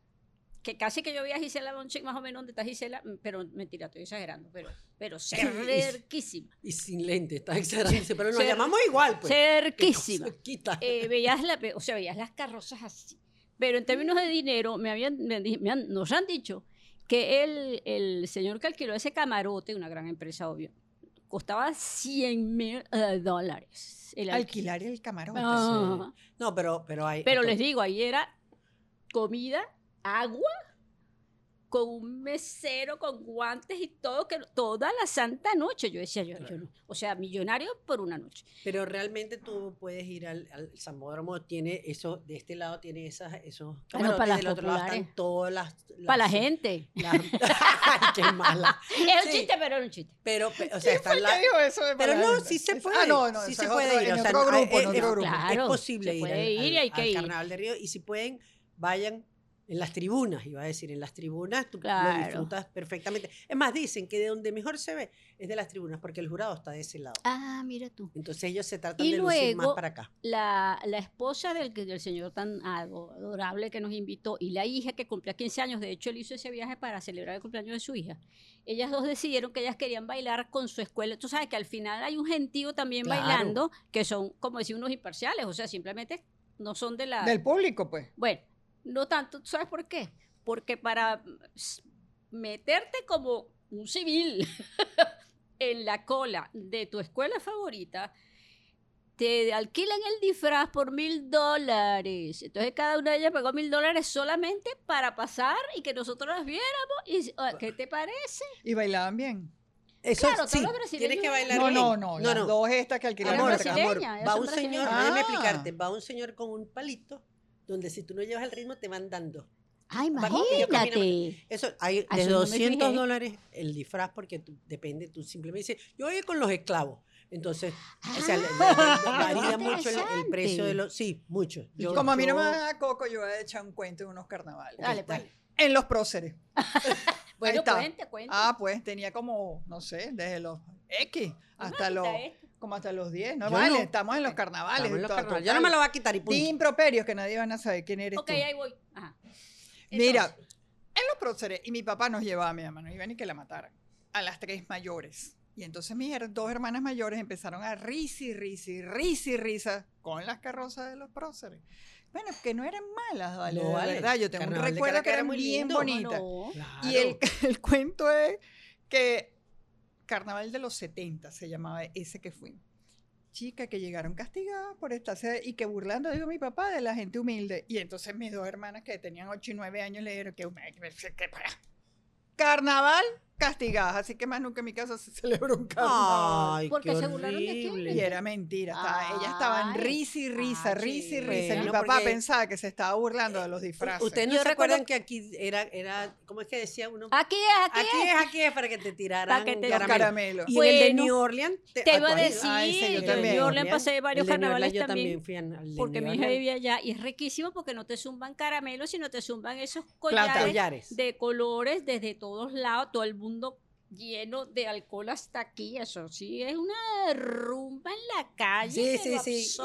Speaker 3: que casi que yo veía a Gisela Bonchik más o menos donde está Gisela, mm, pero mentira, estoy exagerando, pero, pero cerquísima,
Speaker 2: Y sin lente,
Speaker 3: [LAUGHS]
Speaker 2: está exagerado. Dice, Pero nos
Speaker 3: Cer-
Speaker 2: llamamos igual, pues. Que nos
Speaker 3: cerquísima.
Speaker 2: quita.
Speaker 3: Eh, veías la, o sea, veías las carrozas así. Pero en términos de dinero, me habían, me di- me han- nos han dicho que el, el señor que alquiló ese camarote, una gran empresa, obvio, costaba 100 mil eh, dólares. El alquiler.
Speaker 1: Alquilar el camarón.
Speaker 3: Ah,
Speaker 2: No, pero, pero hay.
Speaker 3: Pero les digo, ahí era comida, agua, con un mesero, con guantes y todo, que toda la santa noche. Yo decía, yo, yo
Speaker 2: Claro.
Speaker 3: no. o sea, millonario por una noche.
Speaker 2: pero realmente tú puedes ir al, al Sambódromo, tiene eso, de este lado tiene esas, esos camarotes,
Speaker 3: para las
Speaker 2: del otro lado
Speaker 3: populares.
Speaker 2: están todas las. las-
Speaker 3: Para
Speaker 2: [LAUGHS]
Speaker 3: la gente.
Speaker 2: las- Ay, qué mala.
Speaker 3: Era un
Speaker 2: Sí.
Speaker 3: chiste, pero era un chiste.
Speaker 2: Pero, pe- o sea, están las.
Speaker 1: dijo eso de
Speaker 2: Pero no,
Speaker 1: Palabra?
Speaker 2: sí se
Speaker 1: Es-
Speaker 2: puede.
Speaker 1: Ah, no, no,
Speaker 2: sí
Speaker 1: eso
Speaker 2: se
Speaker 1: es
Speaker 2: puede
Speaker 1: otro-
Speaker 2: ir.
Speaker 1: en
Speaker 2: o sea,
Speaker 1: otro
Speaker 2: no-
Speaker 1: grupo,
Speaker 2: es,
Speaker 1: en otro
Speaker 2: es-
Speaker 1: grupo.
Speaker 3: Claro,
Speaker 2: es posible
Speaker 3: se
Speaker 2: ir, al,
Speaker 3: puede ir y
Speaker 2: al-
Speaker 3: hay que
Speaker 2: al
Speaker 3: ir.
Speaker 2: Carnaval de Río y si pueden, vayan en las tribunas, iba a decir, en las tribunas tú
Speaker 3: Claro.
Speaker 2: lo disfrutas perfectamente. Es más, dicen que de donde mejor se ve es de las tribunas porque el jurado está de ese lado.
Speaker 3: Ah, mira tú.
Speaker 2: Entonces ellos se tratan
Speaker 3: Y
Speaker 2: de lucir más
Speaker 3: luego-
Speaker 2: para acá.
Speaker 3: La, la esposa del, que- del señor tan ado- adorable que nos invitó y la hija que cumplía 15 años, de hecho él hizo ese viaje para celebrar el cumpleaños de su hija, ellas dos decidieron que ellas querían bailar con su escuela. Tú sabes que al final hay un gentío también
Speaker 2: Claro.
Speaker 3: bailando que son, como decir, unos imparciales, o sea, simplemente no son de la...
Speaker 1: Del público, pues.
Speaker 3: Bueno, no tanto, ¿tú ¿sabes por qué? Porque para mm, s- meterte como un civil [LAUGHS] en la cola de tu escuela favorita, te alquilan el disfraz por mil dólares. Entonces cada una de ellas pagó mil dólares solamente para pasar y que nosotros las viéramos. Y, ah, ¿Qué te parece?
Speaker 1: Y bailaban bien.
Speaker 2: Eso
Speaker 3: Claro, todos
Speaker 2: sí,
Speaker 3: los brasileños-
Speaker 2: tienes que bailar
Speaker 1: No,
Speaker 2: bien.
Speaker 1: no, no. Las dos estas que alquilaron
Speaker 3: Eran
Speaker 2: Amor,
Speaker 1: el camarón.
Speaker 2: amor,
Speaker 3: brasileñas,
Speaker 2: va
Speaker 3: son
Speaker 2: un señor,
Speaker 3: brasileñas.
Speaker 2: déjame
Speaker 1: Ah.
Speaker 2: explicarte, va un señor con un palito donde si tú no llevas el ritmo te van dando.
Speaker 3: Ah,
Speaker 2: Vagón que yo camino-
Speaker 3: imagínate.
Speaker 2: Eso hay
Speaker 3: Ah,
Speaker 2: de
Speaker 3: eso no me
Speaker 2: 200
Speaker 3: fijé.
Speaker 2: dólares el disfraz porque tú- depende, tú simplemente dices, yo voy a ir con los esclavos. Entonces, o sea, le- le-
Speaker 3: Ah,
Speaker 2: le- varía mucho el, el
Speaker 3: interesante.
Speaker 2: precio de los... Sí, mucho. Yo-
Speaker 1: Como a mí no me
Speaker 2: yo-
Speaker 1: dan a coco, yo voy a echar un cuento en unos carnavales.
Speaker 3: Dale,
Speaker 2: tal.
Speaker 3: pues.
Speaker 1: En los
Speaker 2: [LAUGHS]
Speaker 1: próceres. Ahí
Speaker 3: Bueno,
Speaker 1: está.
Speaker 3: cuente, cuente.
Speaker 1: Ah, pues tenía como, no sé, desde los X hasta los, como hasta los 10. No
Speaker 2: Yo
Speaker 1: vale,
Speaker 2: no.
Speaker 1: estamos en los carnavales.
Speaker 2: Estamos en los
Speaker 1: to-
Speaker 2: carnavales. Yo
Speaker 1: total.
Speaker 2: no me lo voy a quitar y punto.
Speaker 1: Di improperios que nadie van a saber quién eres
Speaker 3: Ok,
Speaker 1: tú.
Speaker 3: ahí voy. Ajá.
Speaker 1: Mira,
Speaker 3: Entonces,
Speaker 1: en los próceres, y mi papá nos llevaba a mi hermano, iban y que la mataran, a las tres mayores. Y entonces mis her- dos hermanas mayores empezaron a risi, risi, risi, risa con las carrozas de los próceres. Bueno, que no eran malas, ¿vale?
Speaker 2: No,
Speaker 1: de
Speaker 2: vale.
Speaker 1: verdad, yo tengo un
Speaker 2: Carnaval de
Speaker 1: recuerdo que
Speaker 2: Caracas era
Speaker 1: eran
Speaker 2: muy
Speaker 1: bien
Speaker 2: lindo.
Speaker 3: ¿cómo
Speaker 1: bonitas.
Speaker 3: no?
Speaker 2: Claro.
Speaker 1: Y el, el [LAUGHS] cuento es que Carnaval de los 70 se llamaba ese que fui. Chica que llegaron castigadas por estarse y que burlando, digo, mi papá, de la gente humilde. Y entonces mis dos hermanas que tenían 8 y 9 años le dijeron que que para. Carnaval castigadas. Así que más nunca en mi casa se celebró un carnaval.
Speaker 2: Ay,
Speaker 3: Porque
Speaker 2: qué
Speaker 3: se burlaron de quién,
Speaker 2: horrible.
Speaker 1: Y era mentira, estaba- ellas estaban
Speaker 3: Ay.
Speaker 1: risa y risa,
Speaker 3: Ay,
Speaker 1: risa y
Speaker 3: sí.
Speaker 1: risa. Mi
Speaker 2: Bueno,
Speaker 1: papá
Speaker 2: porque-
Speaker 1: pensaba que se estaba burlando de los disfraces.
Speaker 2: Ustedes no
Speaker 3: Yo
Speaker 2: se
Speaker 3: recuerdo-
Speaker 2: acuerdan que aquí era, era, ¿cómo es que decía uno?
Speaker 3: Aquí es, aquí,
Speaker 2: Aquí
Speaker 3: es.
Speaker 2: es, aquí es para que te tiraran
Speaker 3: Para que te-
Speaker 1: Los
Speaker 2: caramelo.
Speaker 1: caramelos.
Speaker 2: Y en el de
Speaker 3: Bueno,
Speaker 2: New Orleans.
Speaker 3: Te
Speaker 2: ah,
Speaker 3: iba
Speaker 2: tú
Speaker 3: a
Speaker 2: has ido.
Speaker 3: decir,
Speaker 1: Ah, ese yo
Speaker 3: yo, en
Speaker 1: también.
Speaker 3: New Orleans pasé varios
Speaker 2: El de New
Speaker 3: carnavales
Speaker 2: Orleans yo
Speaker 3: también.
Speaker 2: fui al- al de
Speaker 3: Porque
Speaker 2: New
Speaker 3: mi hija
Speaker 2: Orleans.
Speaker 3: vivía allá y es riquísimo porque no te zumban caramelos, sino te zumban esos
Speaker 1: Plata.
Speaker 3: collares
Speaker 2: Collares.
Speaker 3: de colores desde todos lados, todo el mundo lleno de alcohol hasta aquí. Eso sí, es una rumba en la calle.
Speaker 2: Sí,
Speaker 3: pero
Speaker 2: sí, sí.
Speaker 1: Sí, se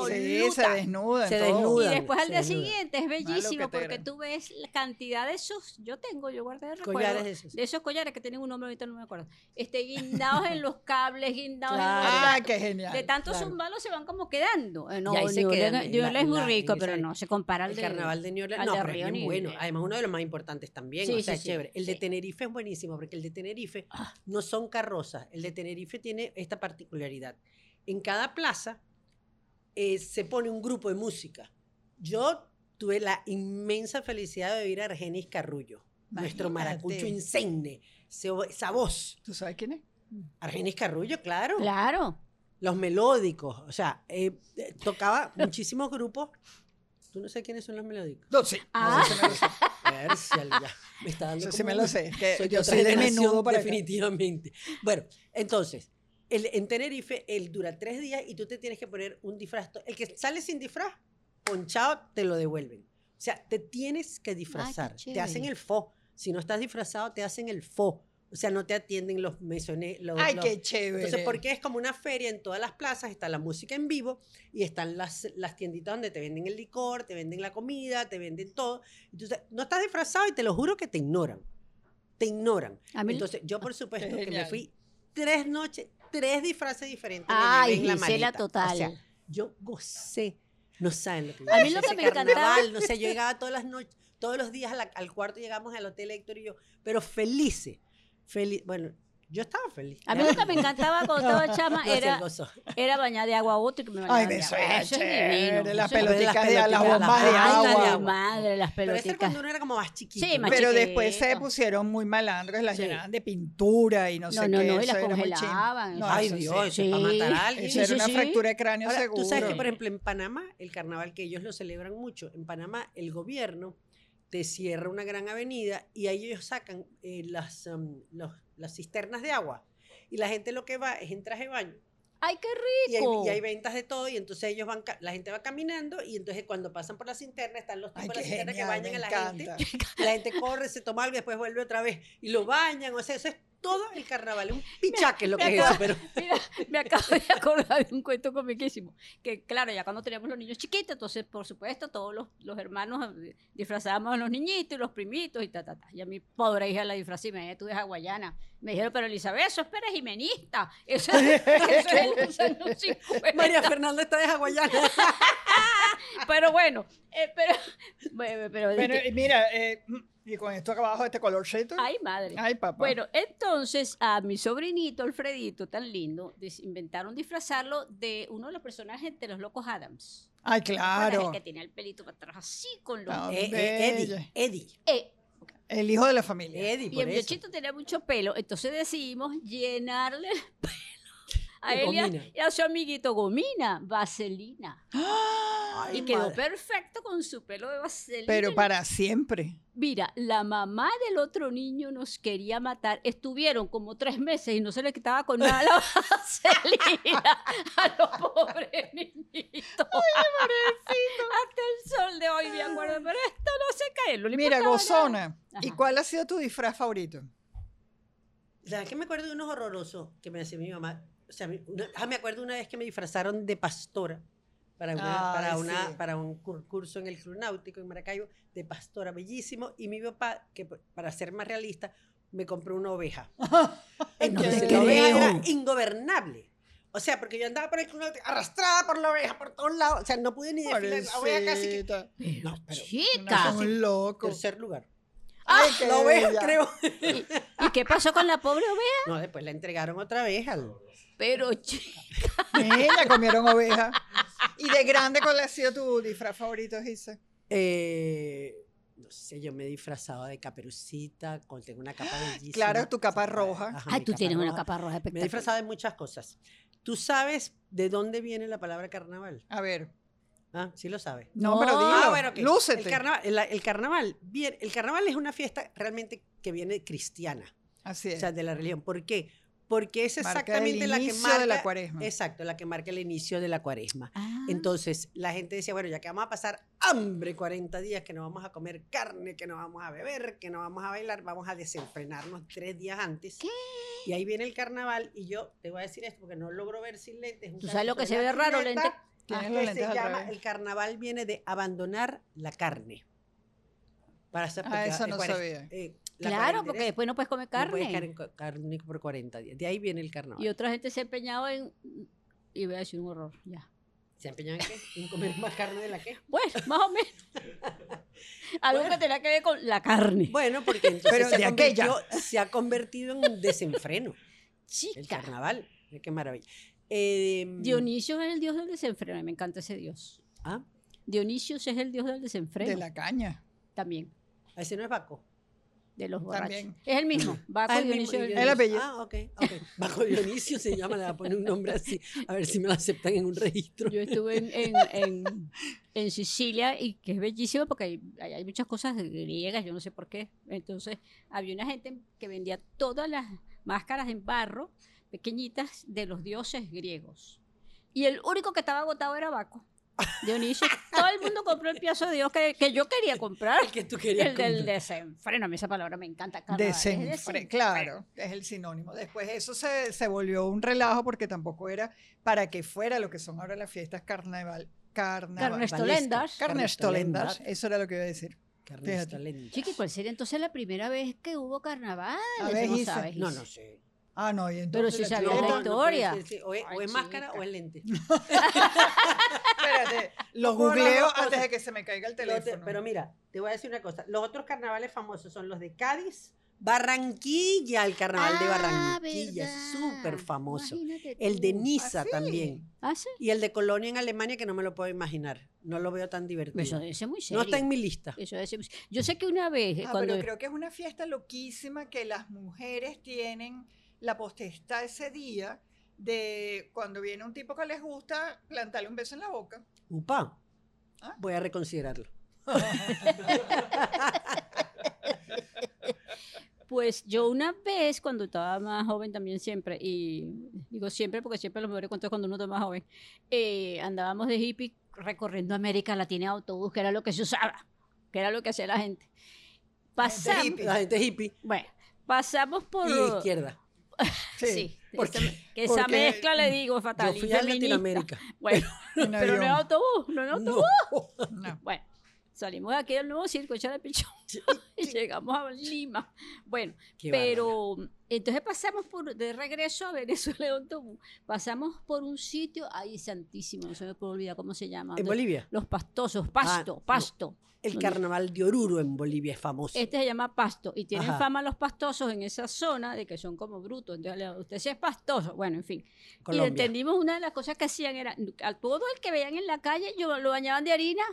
Speaker 3: absoluta.
Speaker 1: desnuda.
Speaker 2: Se
Speaker 1: todo.
Speaker 3: Y
Speaker 2: desnudan,
Speaker 3: después al
Speaker 2: se
Speaker 3: día
Speaker 2: desnudan.
Speaker 3: siguiente es bellísimo
Speaker 1: loquetera.
Speaker 3: porque tú ves la cantidad de esos, yo tengo, yo guardé el recuerdo,
Speaker 2: Collares de esos.
Speaker 3: de esos collares que tienen un nombre, ahorita no me acuerdo, este, guindados en los cables, guindados
Speaker 2: Claro.
Speaker 3: en los...
Speaker 1: Ah, qué genial.
Speaker 3: De tantos
Speaker 2: claro.
Speaker 3: zumbalos se van como quedando. Eh, no,
Speaker 2: ahí se
Speaker 3: New
Speaker 2: quedan,
Speaker 3: Orleans-
Speaker 2: eh,
Speaker 3: New
Speaker 2: la-
Speaker 3: Orleans es muy
Speaker 2: la-
Speaker 3: rico,
Speaker 2: ese-
Speaker 3: pero no se compara al
Speaker 2: El
Speaker 3: de-
Speaker 2: carnaval de New Orleans.
Speaker 3: al
Speaker 2: No,
Speaker 3: de
Speaker 2: pero es
Speaker 3: Río
Speaker 2: bien
Speaker 3: ni-
Speaker 2: bueno. Además, uno de los más importantes también.
Speaker 3: Sí,
Speaker 2: o sea,
Speaker 3: sí,
Speaker 2: es
Speaker 3: sí,
Speaker 2: chévere. El de
Speaker 3: sí. Ah.
Speaker 2: Tenerife es buenísimo porque el de Tenerife no son carrozas. El de Tenerife tiene esta particularidad. En cada plaza eh, se pone un grupo de música. Yo tuve la inmensa felicidad de oír a Argenis Carrullo, nuestro
Speaker 1: Imagínate.
Speaker 2: maracucho insenne. Se- Esa voz.
Speaker 1: ¿Tú sabes quién es?
Speaker 2: Argenis Carrullo, claro
Speaker 3: Claro.
Speaker 2: los melódicos, o sea, eh, eh, tocaba muchísimos grupos. Tú no sabes quiénes son los melódicos.
Speaker 1: No, sí.
Speaker 3: Ah.
Speaker 1: Eso sí me lo sé.
Speaker 2: A ver si al- ya, me está dando
Speaker 1: Eso sí
Speaker 2: como
Speaker 1: me lo
Speaker 2: un-
Speaker 1: sé. que
Speaker 2: soy de
Speaker 1: yo
Speaker 2: otra
Speaker 1: soy de
Speaker 2: generación,
Speaker 1: menudo para acá.
Speaker 2: definitivamente. Bueno, entonces, el, en Tenerife él dura tres días y tú te tienes que poner un disfraz. to- El que sale sin disfraz, ponchado, te lo devuelven. O sea, te tienes que disfrazar. te
Speaker 3: chévere.
Speaker 2: hacen el fo. Si no estás disfrazado, te hacen el fo. O sea, no te atienden los mesones. Los,
Speaker 1: Ay,
Speaker 2: los-
Speaker 1: qué chévere.
Speaker 2: entonces, porque es como una feria en todas las plazas, está la música en vivo y están las, las tienditas donde te venden el licor, te venden la comida, te venden todo. Entonces, no estás disfrazado y te lo juro que te ignoran. Te ignoran.
Speaker 3: A mí-
Speaker 2: Entonces, yo por supuesto que me
Speaker 1: genial.
Speaker 2: fui tres noches, tres disfraces diferentes. me
Speaker 3: Ay,
Speaker 2: llevé en la
Speaker 3: Gisela
Speaker 2: maleta.
Speaker 3: total.
Speaker 2: O sea, yo gocé. No saben lo que yo
Speaker 3: A
Speaker 2: gocé
Speaker 3: mí lo que
Speaker 2: ese
Speaker 3: me encantaba-
Speaker 2: carnaval, No sé, yo llegaba todas las noches, todos los días a la- al cuarto llegamos al hotel Héctor y yo, pero felices. Feliz, bueno, yo estaba feliz.
Speaker 3: A mí lo que me encantaba
Speaker 2: [LAUGHS]
Speaker 3: cuando estaba chama
Speaker 2: No, sí,
Speaker 3: era,
Speaker 2: gozo.
Speaker 3: era bañar de agua a otro y que me bañaba
Speaker 1: Ay,
Speaker 3: de
Speaker 1: eso
Speaker 3: agua.
Speaker 1: es chévere.
Speaker 3: divino,
Speaker 1: Las
Speaker 3: eso es-
Speaker 2: pelotas
Speaker 1: pelotitas de
Speaker 2: pelotitas
Speaker 1: las
Speaker 2: de
Speaker 1: bombas de
Speaker 2: las-
Speaker 3: Ay,
Speaker 2: agua.
Speaker 3: la
Speaker 1: agua.
Speaker 3: madre, las
Speaker 2: Pero eso es
Speaker 3: pelotitas.
Speaker 2: cuando uno era como más chiquito.
Speaker 3: Sí, más
Speaker 1: Pero después se
Speaker 3: chiquito.
Speaker 1: pusieron muy malandros, las
Speaker 2: Sí.
Speaker 1: llenaban de pintura y no,
Speaker 3: No,
Speaker 1: sé
Speaker 3: no,
Speaker 1: qué.
Speaker 3: no, y
Speaker 1: eso
Speaker 3: las
Speaker 1: era muy chin.
Speaker 3: congelaban.
Speaker 1: No,
Speaker 2: Ay,
Speaker 1: eso sí.
Speaker 2: Dios,
Speaker 3: sí.
Speaker 2: para matar a alguien.
Speaker 1: Eso era una
Speaker 3: sí.
Speaker 1: fractura de cráneo
Speaker 2: Ahora,
Speaker 1: seguro.
Speaker 2: tú sabes que, por
Speaker 3: Sí.
Speaker 2: ejemplo, en Panamá, el carnaval que ellos lo celebran mucho, en Panamá el gobierno te cierra una gran avenida y ahí ellos sacan eh, las, um, los- las cisternas de agua. Y la gente lo que va es en traje de baño.
Speaker 3: Ay, qué
Speaker 2: Y hay,
Speaker 3: rico.
Speaker 2: y hay ventas de todo, y entonces ellos van, ca- la gente va caminando, y entonces cuando pasan por la cinterna, están los tipos
Speaker 1: Ay,
Speaker 2: de la
Speaker 1: qué
Speaker 2: cinterna que
Speaker 1: genial,
Speaker 2: bañan
Speaker 1: me
Speaker 2: a la gente.
Speaker 1: encanta.
Speaker 2: Y La gente corre, se toma algo, y después vuelve otra vez y lo bañan. O sea, eso es todo el carnaval. es Un pichaque es lo
Speaker 3: [LAUGHS] me
Speaker 2: que es eso, pero
Speaker 3: Mira, me acabo de acordar de un cuento comiquísimo. Que claro, ya cuando teníamos los niños chiquitos, entonces, por supuesto, todos los, los hermanos eh, disfrazábamos a los niñitos y los primitos y ta, ta, ta. Y a mi pobre hija la disfrazé, me tú eres hawaiana. Me dijeron, pero Elizabeth, eso es perejimenista. [LAUGHS] Eso, eso es de los años 50.
Speaker 2: María Fernanda está de hawaiana.
Speaker 3: Pero bueno, eh, pero, bueno, pero
Speaker 1: Bueno,
Speaker 3: dije,
Speaker 1: y mira, eh, y con esto acá abajo, este colorcito. Ay,
Speaker 3: ay madre.
Speaker 1: papá.
Speaker 3: Bueno, entonces a mi sobrinito Alfredito, tan lindo, dis- inventaron disfrazarlo de uno de los personajes de los locos Adams.
Speaker 1: Ay,
Speaker 3: Bueno,
Speaker 1: claro.
Speaker 3: es el que tenía el pelito para atrás así con los...
Speaker 1: [LAUGHS] Ah,
Speaker 2: Eh, eh, Eddie,
Speaker 1: Bella.
Speaker 2: Eddie,
Speaker 3: Eh,
Speaker 1: El hijo de la familia.
Speaker 2: Eddie,
Speaker 3: y
Speaker 2: por
Speaker 3: el
Speaker 2: eso.
Speaker 3: muchachito tenía mucho [LAUGHS] pelo, entonces decidimos llenarle el pelo a
Speaker 2: Y
Speaker 3: él y a,
Speaker 2: Gomina.
Speaker 3: y a su amiguito Gomina, vaselina.
Speaker 2: Ay,
Speaker 3: y quedó
Speaker 2: madre.
Speaker 3: perfecto con su pelo de vaselina.
Speaker 1: Pero para siempre.
Speaker 3: Mira, la mamá del otro niño nos quería matar. Estuvieron como tres meses y no se le quitaba con nada la [LAUGHS] vaselina a los pobres niñitos. Hasta el sol de hoy me acuerdo, pero esto no se cae. no le
Speaker 1: Mira,
Speaker 3: importaba nada.
Speaker 1: gozona. ¿Y
Speaker 3: Ajá.
Speaker 1: cuál ha sido tu disfraz favorito?
Speaker 2: La verdad que me acuerdo de unos horrorosos que me hacía mi mamá. O sea, mi- una- ah, me acuerdo una vez que me disfrazaron de pastora para, una-
Speaker 1: Ay,
Speaker 2: para, una-
Speaker 1: sí.
Speaker 2: para un cur- curso en el Club Náutico en Maracaibo, de pastora, bellísimo. Y mi papá, que p- para ser más realista, me compró
Speaker 1: [LAUGHS]
Speaker 2: una oveja. Entonces,
Speaker 1: te
Speaker 2: la oveja
Speaker 1: creo.
Speaker 2: era ingobernable. O sea, porque yo andaba por el Club Náutico arrastrada por la oveja por todos lados. O sea, no pude ni desfilar. La oveja ah, casi que.
Speaker 1: Pobrecita.
Speaker 2: No, pero.
Speaker 3: Chica.
Speaker 1: No, un loco.
Speaker 2: Tercer lugar.
Speaker 1: Ay, qué
Speaker 2: Ah, La oveja,
Speaker 1: bella.
Speaker 2: creo. [LAUGHS]
Speaker 3: ¿Y, y qué pasó con la pobre oveja?
Speaker 2: No, después la entregaron otra vez al.
Speaker 3: Pero chica,
Speaker 1: Ella comieron
Speaker 2: [LAUGHS]
Speaker 1: oveja. ¿Y de grande cuál ha sido tu disfraz favorito, Gise?
Speaker 2: Eh, no sé, yo me he disfrazado de caperucita, con, tengo una capa bellísima.
Speaker 1: ¡Ah! Claro, tu capa roja.
Speaker 2: Ajá,
Speaker 3: ay,
Speaker 2: mi
Speaker 3: tú
Speaker 2: capa
Speaker 3: tienes una
Speaker 2: roja.
Speaker 3: capa roja
Speaker 2: Me he
Speaker 3: espectacular.
Speaker 2: disfrazado de muchas cosas. ¿Tú sabes de dónde viene la palabra carnaval?
Speaker 1: A ver.
Speaker 2: Ah, sí lo sabes.
Speaker 1: No,
Speaker 3: No.
Speaker 1: pero dilo.
Speaker 2: Ah, bueno, ok.
Speaker 1: Lúcete.
Speaker 2: El carnaval, el, el carnaval, bien, el carnaval es una fiesta realmente que viene cristiana,
Speaker 1: Así
Speaker 2: o
Speaker 1: es.
Speaker 2: sea, de la religión. ¿Por qué? Porque es
Speaker 1: Marca el
Speaker 2: exactamente la que
Speaker 1: inicio de
Speaker 2: marca
Speaker 1: la cuaresma.
Speaker 2: Exacto, la que marca el inicio de la cuaresma.
Speaker 3: Ah,
Speaker 2: Entonces la gente decía, bueno, ya que vamos a pasar hambre 40 días, que no vamos a comer carne, que no vamos a beber, que no vamos a bailar, vamos a desenfrenarnos tres días antes.
Speaker 3: ¿Qué?
Speaker 2: Y ahí viene el carnaval y yo te voy a decir esto porque no logro ver sin lentes. un
Speaker 3: ¿Tú sabes lo que
Speaker 2: carrito de
Speaker 3: se ve
Speaker 2: la
Speaker 3: raro,
Speaker 2: pileta, ah,
Speaker 3: lente?
Speaker 1: Tienes
Speaker 2: que
Speaker 1: los lentes
Speaker 2: se
Speaker 1: al
Speaker 2: llama-
Speaker 1: revés.
Speaker 2: el carnaval viene de abandonar la carne. Para hacer-
Speaker 1: Ah,
Speaker 2: porque
Speaker 1: eso
Speaker 2: el
Speaker 1: no
Speaker 2: cuares-
Speaker 1: sabía.
Speaker 2: eh, la
Speaker 3: Claro,
Speaker 2: cuarentena
Speaker 3: porque
Speaker 2: es-
Speaker 3: después no puedes comer
Speaker 2: no
Speaker 3: carne.
Speaker 2: puedes carne. carne por 40 días. De ahí viene el carnaval.
Speaker 3: Y otra gente se ha empeñado en. Y voy a decir un horror, ya.
Speaker 2: ¿Se empeñaban en qué? ¿En comer más carne de la que?
Speaker 3: Bueno, [LAUGHS] más
Speaker 2: [LAUGHS]
Speaker 3: o menos. Algo que tenía que ver con la carne.
Speaker 2: Bueno, porque entonces
Speaker 1: Pero
Speaker 2: se,
Speaker 1: de aquella.
Speaker 2: convirtió- se ha convertido en un desenfreno el
Speaker 3: Chica.
Speaker 2: carnaval. Mira Qué maravilla. Eh,
Speaker 3: Dionisio es el dios del desenfreno. Me encanta ese dios.
Speaker 2: Ah,
Speaker 3: Dionisio es el dios del desenfreno.
Speaker 1: De la caña.
Speaker 3: También.
Speaker 2: ese no es Baco.
Speaker 3: De los borrachos.
Speaker 1: También.
Speaker 3: Es el
Speaker 2: [COUGHS]
Speaker 3: mismo. Baco
Speaker 2: Ah, el mismo,
Speaker 3: Dionisio.
Speaker 2: y
Speaker 3: del-
Speaker 1: El apellido.
Speaker 2: Ah, ok, ok. Baco Dionisio se llama, le voy a poner un nombre así, a ver si me lo aceptan en un registro.
Speaker 3: Yo estuve en,
Speaker 2: [LAUGHS]
Speaker 3: en, en- en Sicilia y que es bellísimo porque hay, hay- hay muchas cosas griegas, yo no sé por qué. Entonces había una gente que vendía todas las máscaras en barro pequeñitas de los dioses griegos. Y el único que estaba agotado era Baco. Dionisio, todo el mundo compró el piazo de Dios que, que yo quería
Speaker 2: [LAUGHS]
Speaker 3: comprar.
Speaker 2: El que tú querías.
Speaker 3: El del
Speaker 2: comprar.
Speaker 3: desenfreno, a mí esa palabra me encanta. carnaval, Ah, es
Speaker 1: Desenfre, claro, es el sinónimo. Después eso se, se volvió un relajo porque tampoco era para que fuera lo que son ahora las fiestas carnaval, carnaval.
Speaker 3: Carnestolendas.
Speaker 2: Carnestolendas.
Speaker 1: Carnestolendas, eso era lo que iba a decir.
Speaker 2: Carnestolendas.
Speaker 3: Chiqui, ¿cuál sería entonces la primera vez que hubo carnaval?
Speaker 1: A ver,
Speaker 3: no
Speaker 1: Isa.
Speaker 3: sabes,
Speaker 2: No,
Speaker 3: Isa.
Speaker 2: no sé.
Speaker 1: Ah, no, y
Speaker 3: Pero
Speaker 1: entonces
Speaker 3: si
Speaker 1: la
Speaker 3: sabías
Speaker 2: No,
Speaker 3: la
Speaker 1: chuleta-
Speaker 2: no,
Speaker 3: historia.
Speaker 2: puede ser, sí. O es, o
Speaker 3: Ay,
Speaker 2: es máscara
Speaker 3: chica.
Speaker 2: o es lente.
Speaker 1: [LAUGHS] espérate, lo
Speaker 2: No puedo las
Speaker 1: googleo
Speaker 2: dos cosas.
Speaker 1: antes de que se me caiga el
Speaker 2: Lo te-
Speaker 1: teléfono. Ah,
Speaker 2: pero mira, te voy a decir una cosa. Los otros carnavales famosos son los de Cádiz, Barranquilla, el carnaval
Speaker 1: Ah,
Speaker 2: de
Speaker 3: Ah,
Speaker 2: Barranquilla, súper famoso. El de Niza
Speaker 1: ¿Ah, sí?
Speaker 2: también.
Speaker 3: Ah, sí.
Speaker 2: Y el de Colonia en Alemania, que no me lo puedo imaginar. No lo veo tan
Speaker 3: Eso
Speaker 2: divertido.
Speaker 3: debe ser muy serio.
Speaker 2: No está en mi lista.
Speaker 3: Eso debe ser muy- Yo sé que una vez, eh,
Speaker 1: Ah,
Speaker 3: cuando
Speaker 1: pero creo que es una fiesta loquísima que las mujeres tienen la potestad ese día de cuando viene un tipo que les gusta plantarle un beso en la boca.
Speaker 2: Upa.
Speaker 1: Ah.
Speaker 2: Voy a reconsiderarlo.
Speaker 3: Pues yo una vez, cuando estaba más joven también siempre, y digo siempre porque siempre los mejores cuentos es cuando uno está más joven, eh, andábamos de hippie recorriendo América Latina en autobús, que era lo que se usaba, que era lo que hacía la gente. Pasamos,
Speaker 1: hippie.
Speaker 2: La gente es hippie
Speaker 3: bueno, pasamos por...
Speaker 2: y de izquierda.
Speaker 3: [LAUGHS] Sí,
Speaker 2: ¿Por
Speaker 3: esa,
Speaker 2: qué?
Speaker 3: que esa
Speaker 2: Porque
Speaker 3: mezcla le digo es fatal.
Speaker 2: Yo
Speaker 3: y
Speaker 2: fui a
Speaker 3: feminista.
Speaker 2: Latinoamérica. [LAUGHS]
Speaker 3: Bueno, pero no es autobús, [LAUGHS] no es autobús.
Speaker 2: No.
Speaker 1: No.
Speaker 3: Bueno, salimos de aquí del nuevo circo, echar el pichón, [LAUGHS] y llegamos a Lima. Bueno,
Speaker 2: Qué bárbara.
Speaker 3: pero entonces pasamos por, de regreso a Venezuela en autobús, pasamos por un sitio, ay, santísimo, no se me puede olvidar cómo se llama.
Speaker 2: En
Speaker 3: donde-
Speaker 2: Bolivia, Ah,
Speaker 3: Los pastosos, pasto,
Speaker 2: no.
Speaker 3: pasto.
Speaker 2: el
Speaker 3: ¿Dónde?
Speaker 2: carnaval de Oruro en Bolivia es famoso.
Speaker 3: Este se llama pasto y tienen
Speaker 2: Ajá.
Speaker 3: fama los pastosos en esa zona de que son como brutos. Entonces, le- usted sí es pastoso. Bueno, en fin. Y
Speaker 2: Colombia.
Speaker 3: entendimos una de las cosas que hacían era a todo el que veían en la calle, yo lo bañaban de harina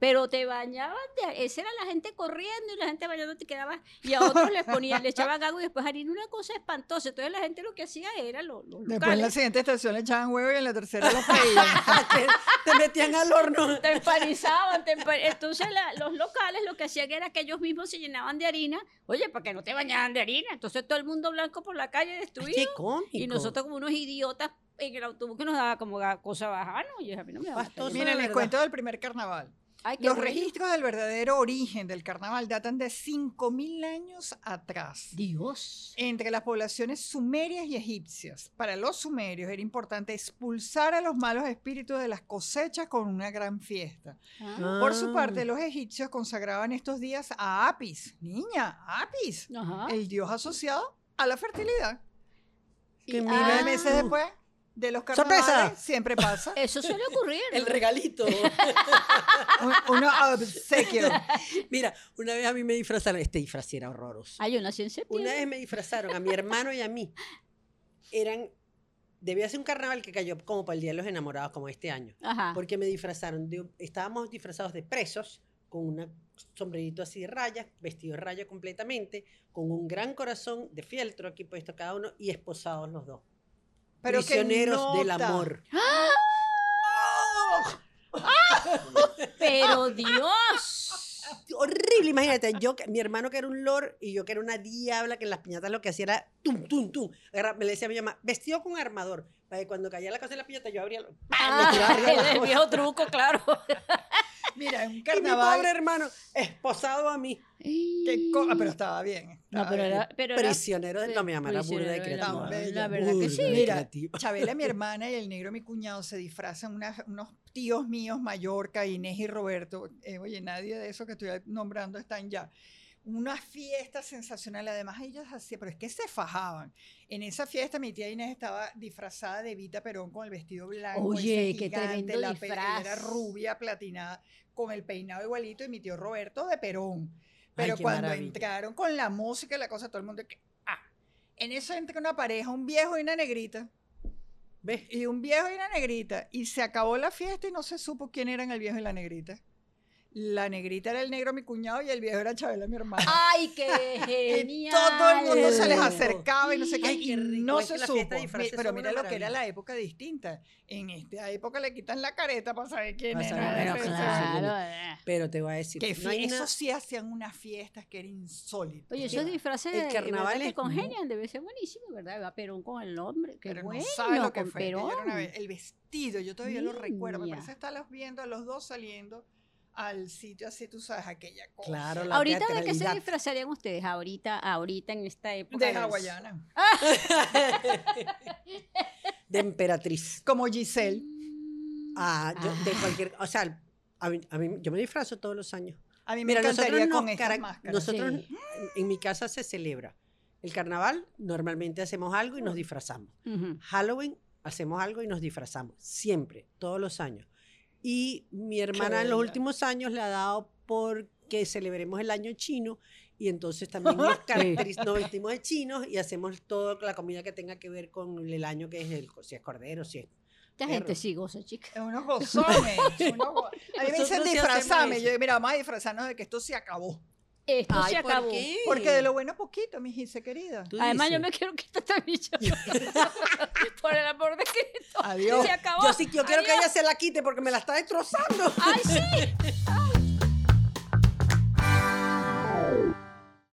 Speaker 3: Pero te bañaban, de- esa era la gente corriendo y la gente bañando te quedaba, y a otros les ponían, le echaban agua y después harina, una cosa espantosa. Entonces la gente lo que hacía era lo, los
Speaker 1: Después en la
Speaker 3: locales,
Speaker 1: siguiente estación le echaban huevo y en la tercera los
Speaker 3: [LAUGHS]
Speaker 1: pedían.
Speaker 2: te, [LAUGHS] te metían al horno.
Speaker 3: te empanizaban, te empa- entonces la- los locales lo que hacían era que ellos mismos se llenaban de harina, oye, para que no te bañaban de harina, entonces todo el mundo blanco por la calle destruido,
Speaker 2: Qué cómico.
Speaker 3: y nosotros como unos idiotas en el autobús que nos daba como ga- cosa baja, no, yo a mí no me daba
Speaker 2: Pastoso.
Speaker 3: pena.
Speaker 1: Miren, les
Speaker 2: verdad.
Speaker 1: cuento del primer carnaval.
Speaker 3: Ay, qué
Speaker 1: Los
Speaker 3: bueno.
Speaker 1: registros del verdadero origen del carnaval datan de 5.000 años atrás.
Speaker 3: Dios.
Speaker 1: entre las poblaciones sumerias y egipcias. Para los sumerios era importante expulsar a los malos espíritus de las cosechas con una gran fiesta.
Speaker 3: Ah.
Speaker 1: Por su parte, los egipcios consagraban estos días a Apis, niña, Apis,
Speaker 3: Ajá.
Speaker 1: el dios asociado a la fertilidad.
Speaker 2: Que
Speaker 1: Y
Speaker 2: mira
Speaker 1: nueve
Speaker 3: tú.
Speaker 1: meses después de los
Speaker 2: ¡Sorpresa!
Speaker 1: carnavales, siempre pasa
Speaker 3: Eso suele ocurrir.
Speaker 2: El
Speaker 3: ¿no?
Speaker 2: regalito. [LAUGHS]
Speaker 1: un, un obsequio.
Speaker 2: Mira, una vez a mí me disfrazaron, este disfraz sí era horroroso.
Speaker 3: Ay, Ah, yo nací en septiembre.
Speaker 2: Una vez me disfrazaron a mi hermano y a mí. Eran, debía ser un carnaval que cayó como para el Día de los Enamorados, como este año.
Speaker 3: Ajá.
Speaker 2: Porque me disfrazaron, de- estábamos disfrazados de presos, con un sombrerito así de rayas, vestido de raya completamente, con un gran corazón de fieltro aquí puesto cada uno y esposados los dos.
Speaker 1: Pero qué
Speaker 2: prisioneros del
Speaker 1: nota.
Speaker 2: amor.
Speaker 3: [LAUGHS] Pero Dios.
Speaker 2: horrible, imagínate, yo, que- mi hermano que era un lord y yo que era una diabla que en las piñatas lo que hacía era tum, tum, tum. Agarra- me le decía a mi mamá, vestido con armador, para que cuando caía la cosa de la piñata yo abría, lo- ¡pam!
Speaker 3: Ah,
Speaker 2: le tiraba arriba la
Speaker 3: el [LAUGHS]
Speaker 2: cosa.
Speaker 3: viejo truco, claro.
Speaker 1: Mira, un
Speaker 2: Y mi pobre
Speaker 1: carnaval.
Speaker 2: hermano, esposado a mí,
Speaker 1: que co- ah, pero estaba bien.
Speaker 3: No,
Speaker 1: estaba
Speaker 3: pero
Speaker 1: bien.
Speaker 3: era. Pero era
Speaker 2: prisionero del... No, mi mamá era burda de
Speaker 3: prisionero del
Speaker 2: creativa.
Speaker 1: amor. Tan
Speaker 3: La verdad que
Speaker 2: Burda
Speaker 3: sí.
Speaker 2: de
Speaker 1: Mira,
Speaker 3: [LAUGHS]
Speaker 2: creativa.
Speaker 1: Chabela, mi hermana, y el negro, mi cuñado, se disfrazan unas- unos tíos míos, Mallorca, Inés y Roberto. eh, oye, nadie de esos que estoy nombrando están ya. Una fiesta sensacional. Además, ellos hacían, pero es que se fajaban. En esa fiesta, mi tía Inés estaba disfrazada de Evita Perón con el vestido blanco.
Speaker 3: Oye,
Speaker 1: ese
Speaker 3: qué
Speaker 1: gigante,
Speaker 3: tremendo
Speaker 1: la pe- ella Era
Speaker 3: disfraz.
Speaker 1: rubia, platinada, con el peinado igualito, y mi tío Roberto de Perón. Pero
Speaker 2: qué
Speaker 1: cuando
Speaker 2: maravilla.
Speaker 1: entraron con la música y la cosa, todo el mundo. que, Ah, en eso entra una pareja, un viejo y una negrita
Speaker 2: ¿Ves?
Speaker 1: y un viejo y una negrita. Y se acabó la fiesta y no se supo quién eran el viejo y la negrita. La negrita era el negro, mi cuñado, y el viejo era Chabela, mi hermana.
Speaker 3: Ay, [LAUGHS] qué
Speaker 1: y
Speaker 3: genial.
Speaker 1: todo el mundo se les
Speaker 2: Ah, Genial.
Speaker 1: acercaba y no sé qué,
Speaker 2: Ay, qué
Speaker 1: y
Speaker 2: rico,
Speaker 1: no
Speaker 2: es que
Speaker 1: se
Speaker 2: la
Speaker 1: supo.
Speaker 2: fiesta de
Speaker 1: Mi-
Speaker 2: disfraces
Speaker 1: Pero
Speaker 2: son
Speaker 1: mira
Speaker 2: una
Speaker 1: lo que era
Speaker 2: maravilla.
Speaker 1: la época distinta. En esta época le quitan la careta para saber quién
Speaker 2: Para
Speaker 1: era.
Speaker 2: saber,
Speaker 1: ¿no?
Speaker 2: bueno,
Speaker 1: Ese-
Speaker 3: claro.
Speaker 2: Pero te voy a decir,
Speaker 1: Que
Speaker 2: no hay
Speaker 1: fie-
Speaker 2: nada-
Speaker 1: eso sí hacían unas fiestas que era insólito.
Speaker 3: Oye,
Speaker 2: Sí, va.
Speaker 3: esos disfraces
Speaker 2: El
Speaker 3: de- de verdad
Speaker 2: carnaval
Speaker 3: que
Speaker 2: es
Speaker 3: congenian, debe ser buenísimo, ¿verdad? Va Perón con el hombre, qué
Speaker 1: pero
Speaker 3: bueno,
Speaker 1: no sabe lo que
Speaker 3: con
Speaker 1: fue. que yo
Speaker 3: Perón.
Speaker 1: era una ve- el vestido, yo todavía lo recuerdo. Me
Speaker 3: Niña.
Speaker 1: parece estarlos viendo a los dos saliendo al sitio así, tú sabes, aquella cosa.
Speaker 2: Claro, la
Speaker 3: Ahorita de qué se
Speaker 2: teatralidad.
Speaker 3: disfrazarían ustedes ahorita, ahorita en esta época
Speaker 1: De
Speaker 3: del-
Speaker 1: hawaiana.
Speaker 2: [LAUGHS] de emperatriz.
Speaker 1: Como Giselle.
Speaker 3: Mm.
Speaker 2: Ah, yo, de
Speaker 3: Ah.
Speaker 2: cualquier, o sea, a mí, a mí- yo me disfrazo todos los años.
Speaker 1: A mí me
Speaker 2: Mira, nosotros
Speaker 1: encantaría
Speaker 2: nos
Speaker 1: con estas
Speaker 2: cara-
Speaker 1: máscaras.
Speaker 2: nosotros
Speaker 3: Sí.
Speaker 2: en mi casa se celebra el carnaval, normalmente hacemos algo y nos disfrazamos.
Speaker 3: Ujú.
Speaker 2: Halloween hacemos algo y nos disfrazamos, siempre, todos los años. Y mi hermana en los
Speaker 1: bella.
Speaker 2: últimos años le ha dado porque celebremos el año chino y entonces también
Speaker 1: [LAUGHS]
Speaker 2: nos, caracteriz- nos vestimos de chinos y hacemos toda la comida que tenga que ver con el año que es el si es cordero, si es
Speaker 3: Esta
Speaker 2: perro.
Speaker 3: gente sí goza, chica.
Speaker 1: Unos gozones. unos go- A mí me
Speaker 2: Nosotros
Speaker 1: dicen
Speaker 2: sí
Speaker 1: disfrazame.
Speaker 2: hacemos
Speaker 1: Yo
Speaker 2: eso.
Speaker 1: digo, mira, vamos a disfrazarnos de que esto se acabó.
Speaker 3: Esto se acabó.
Speaker 1: Porque de lo bueno poquito, mi Gise querida.
Speaker 2: Tú
Speaker 3: Además, yo
Speaker 2: dices.
Speaker 3: me quiero quitar esta
Speaker 2: [LAUGHS]
Speaker 3: bicha. [LAUGHS] Por el amor de Cristo.
Speaker 1: Adiós.
Speaker 3: Se acabó.
Speaker 2: Yo sí, yo quiero que
Speaker 3: Adiós. [LAUGHS]
Speaker 2: ella se la quite porque me la está destrozando.
Speaker 3: ¡Ay, sí!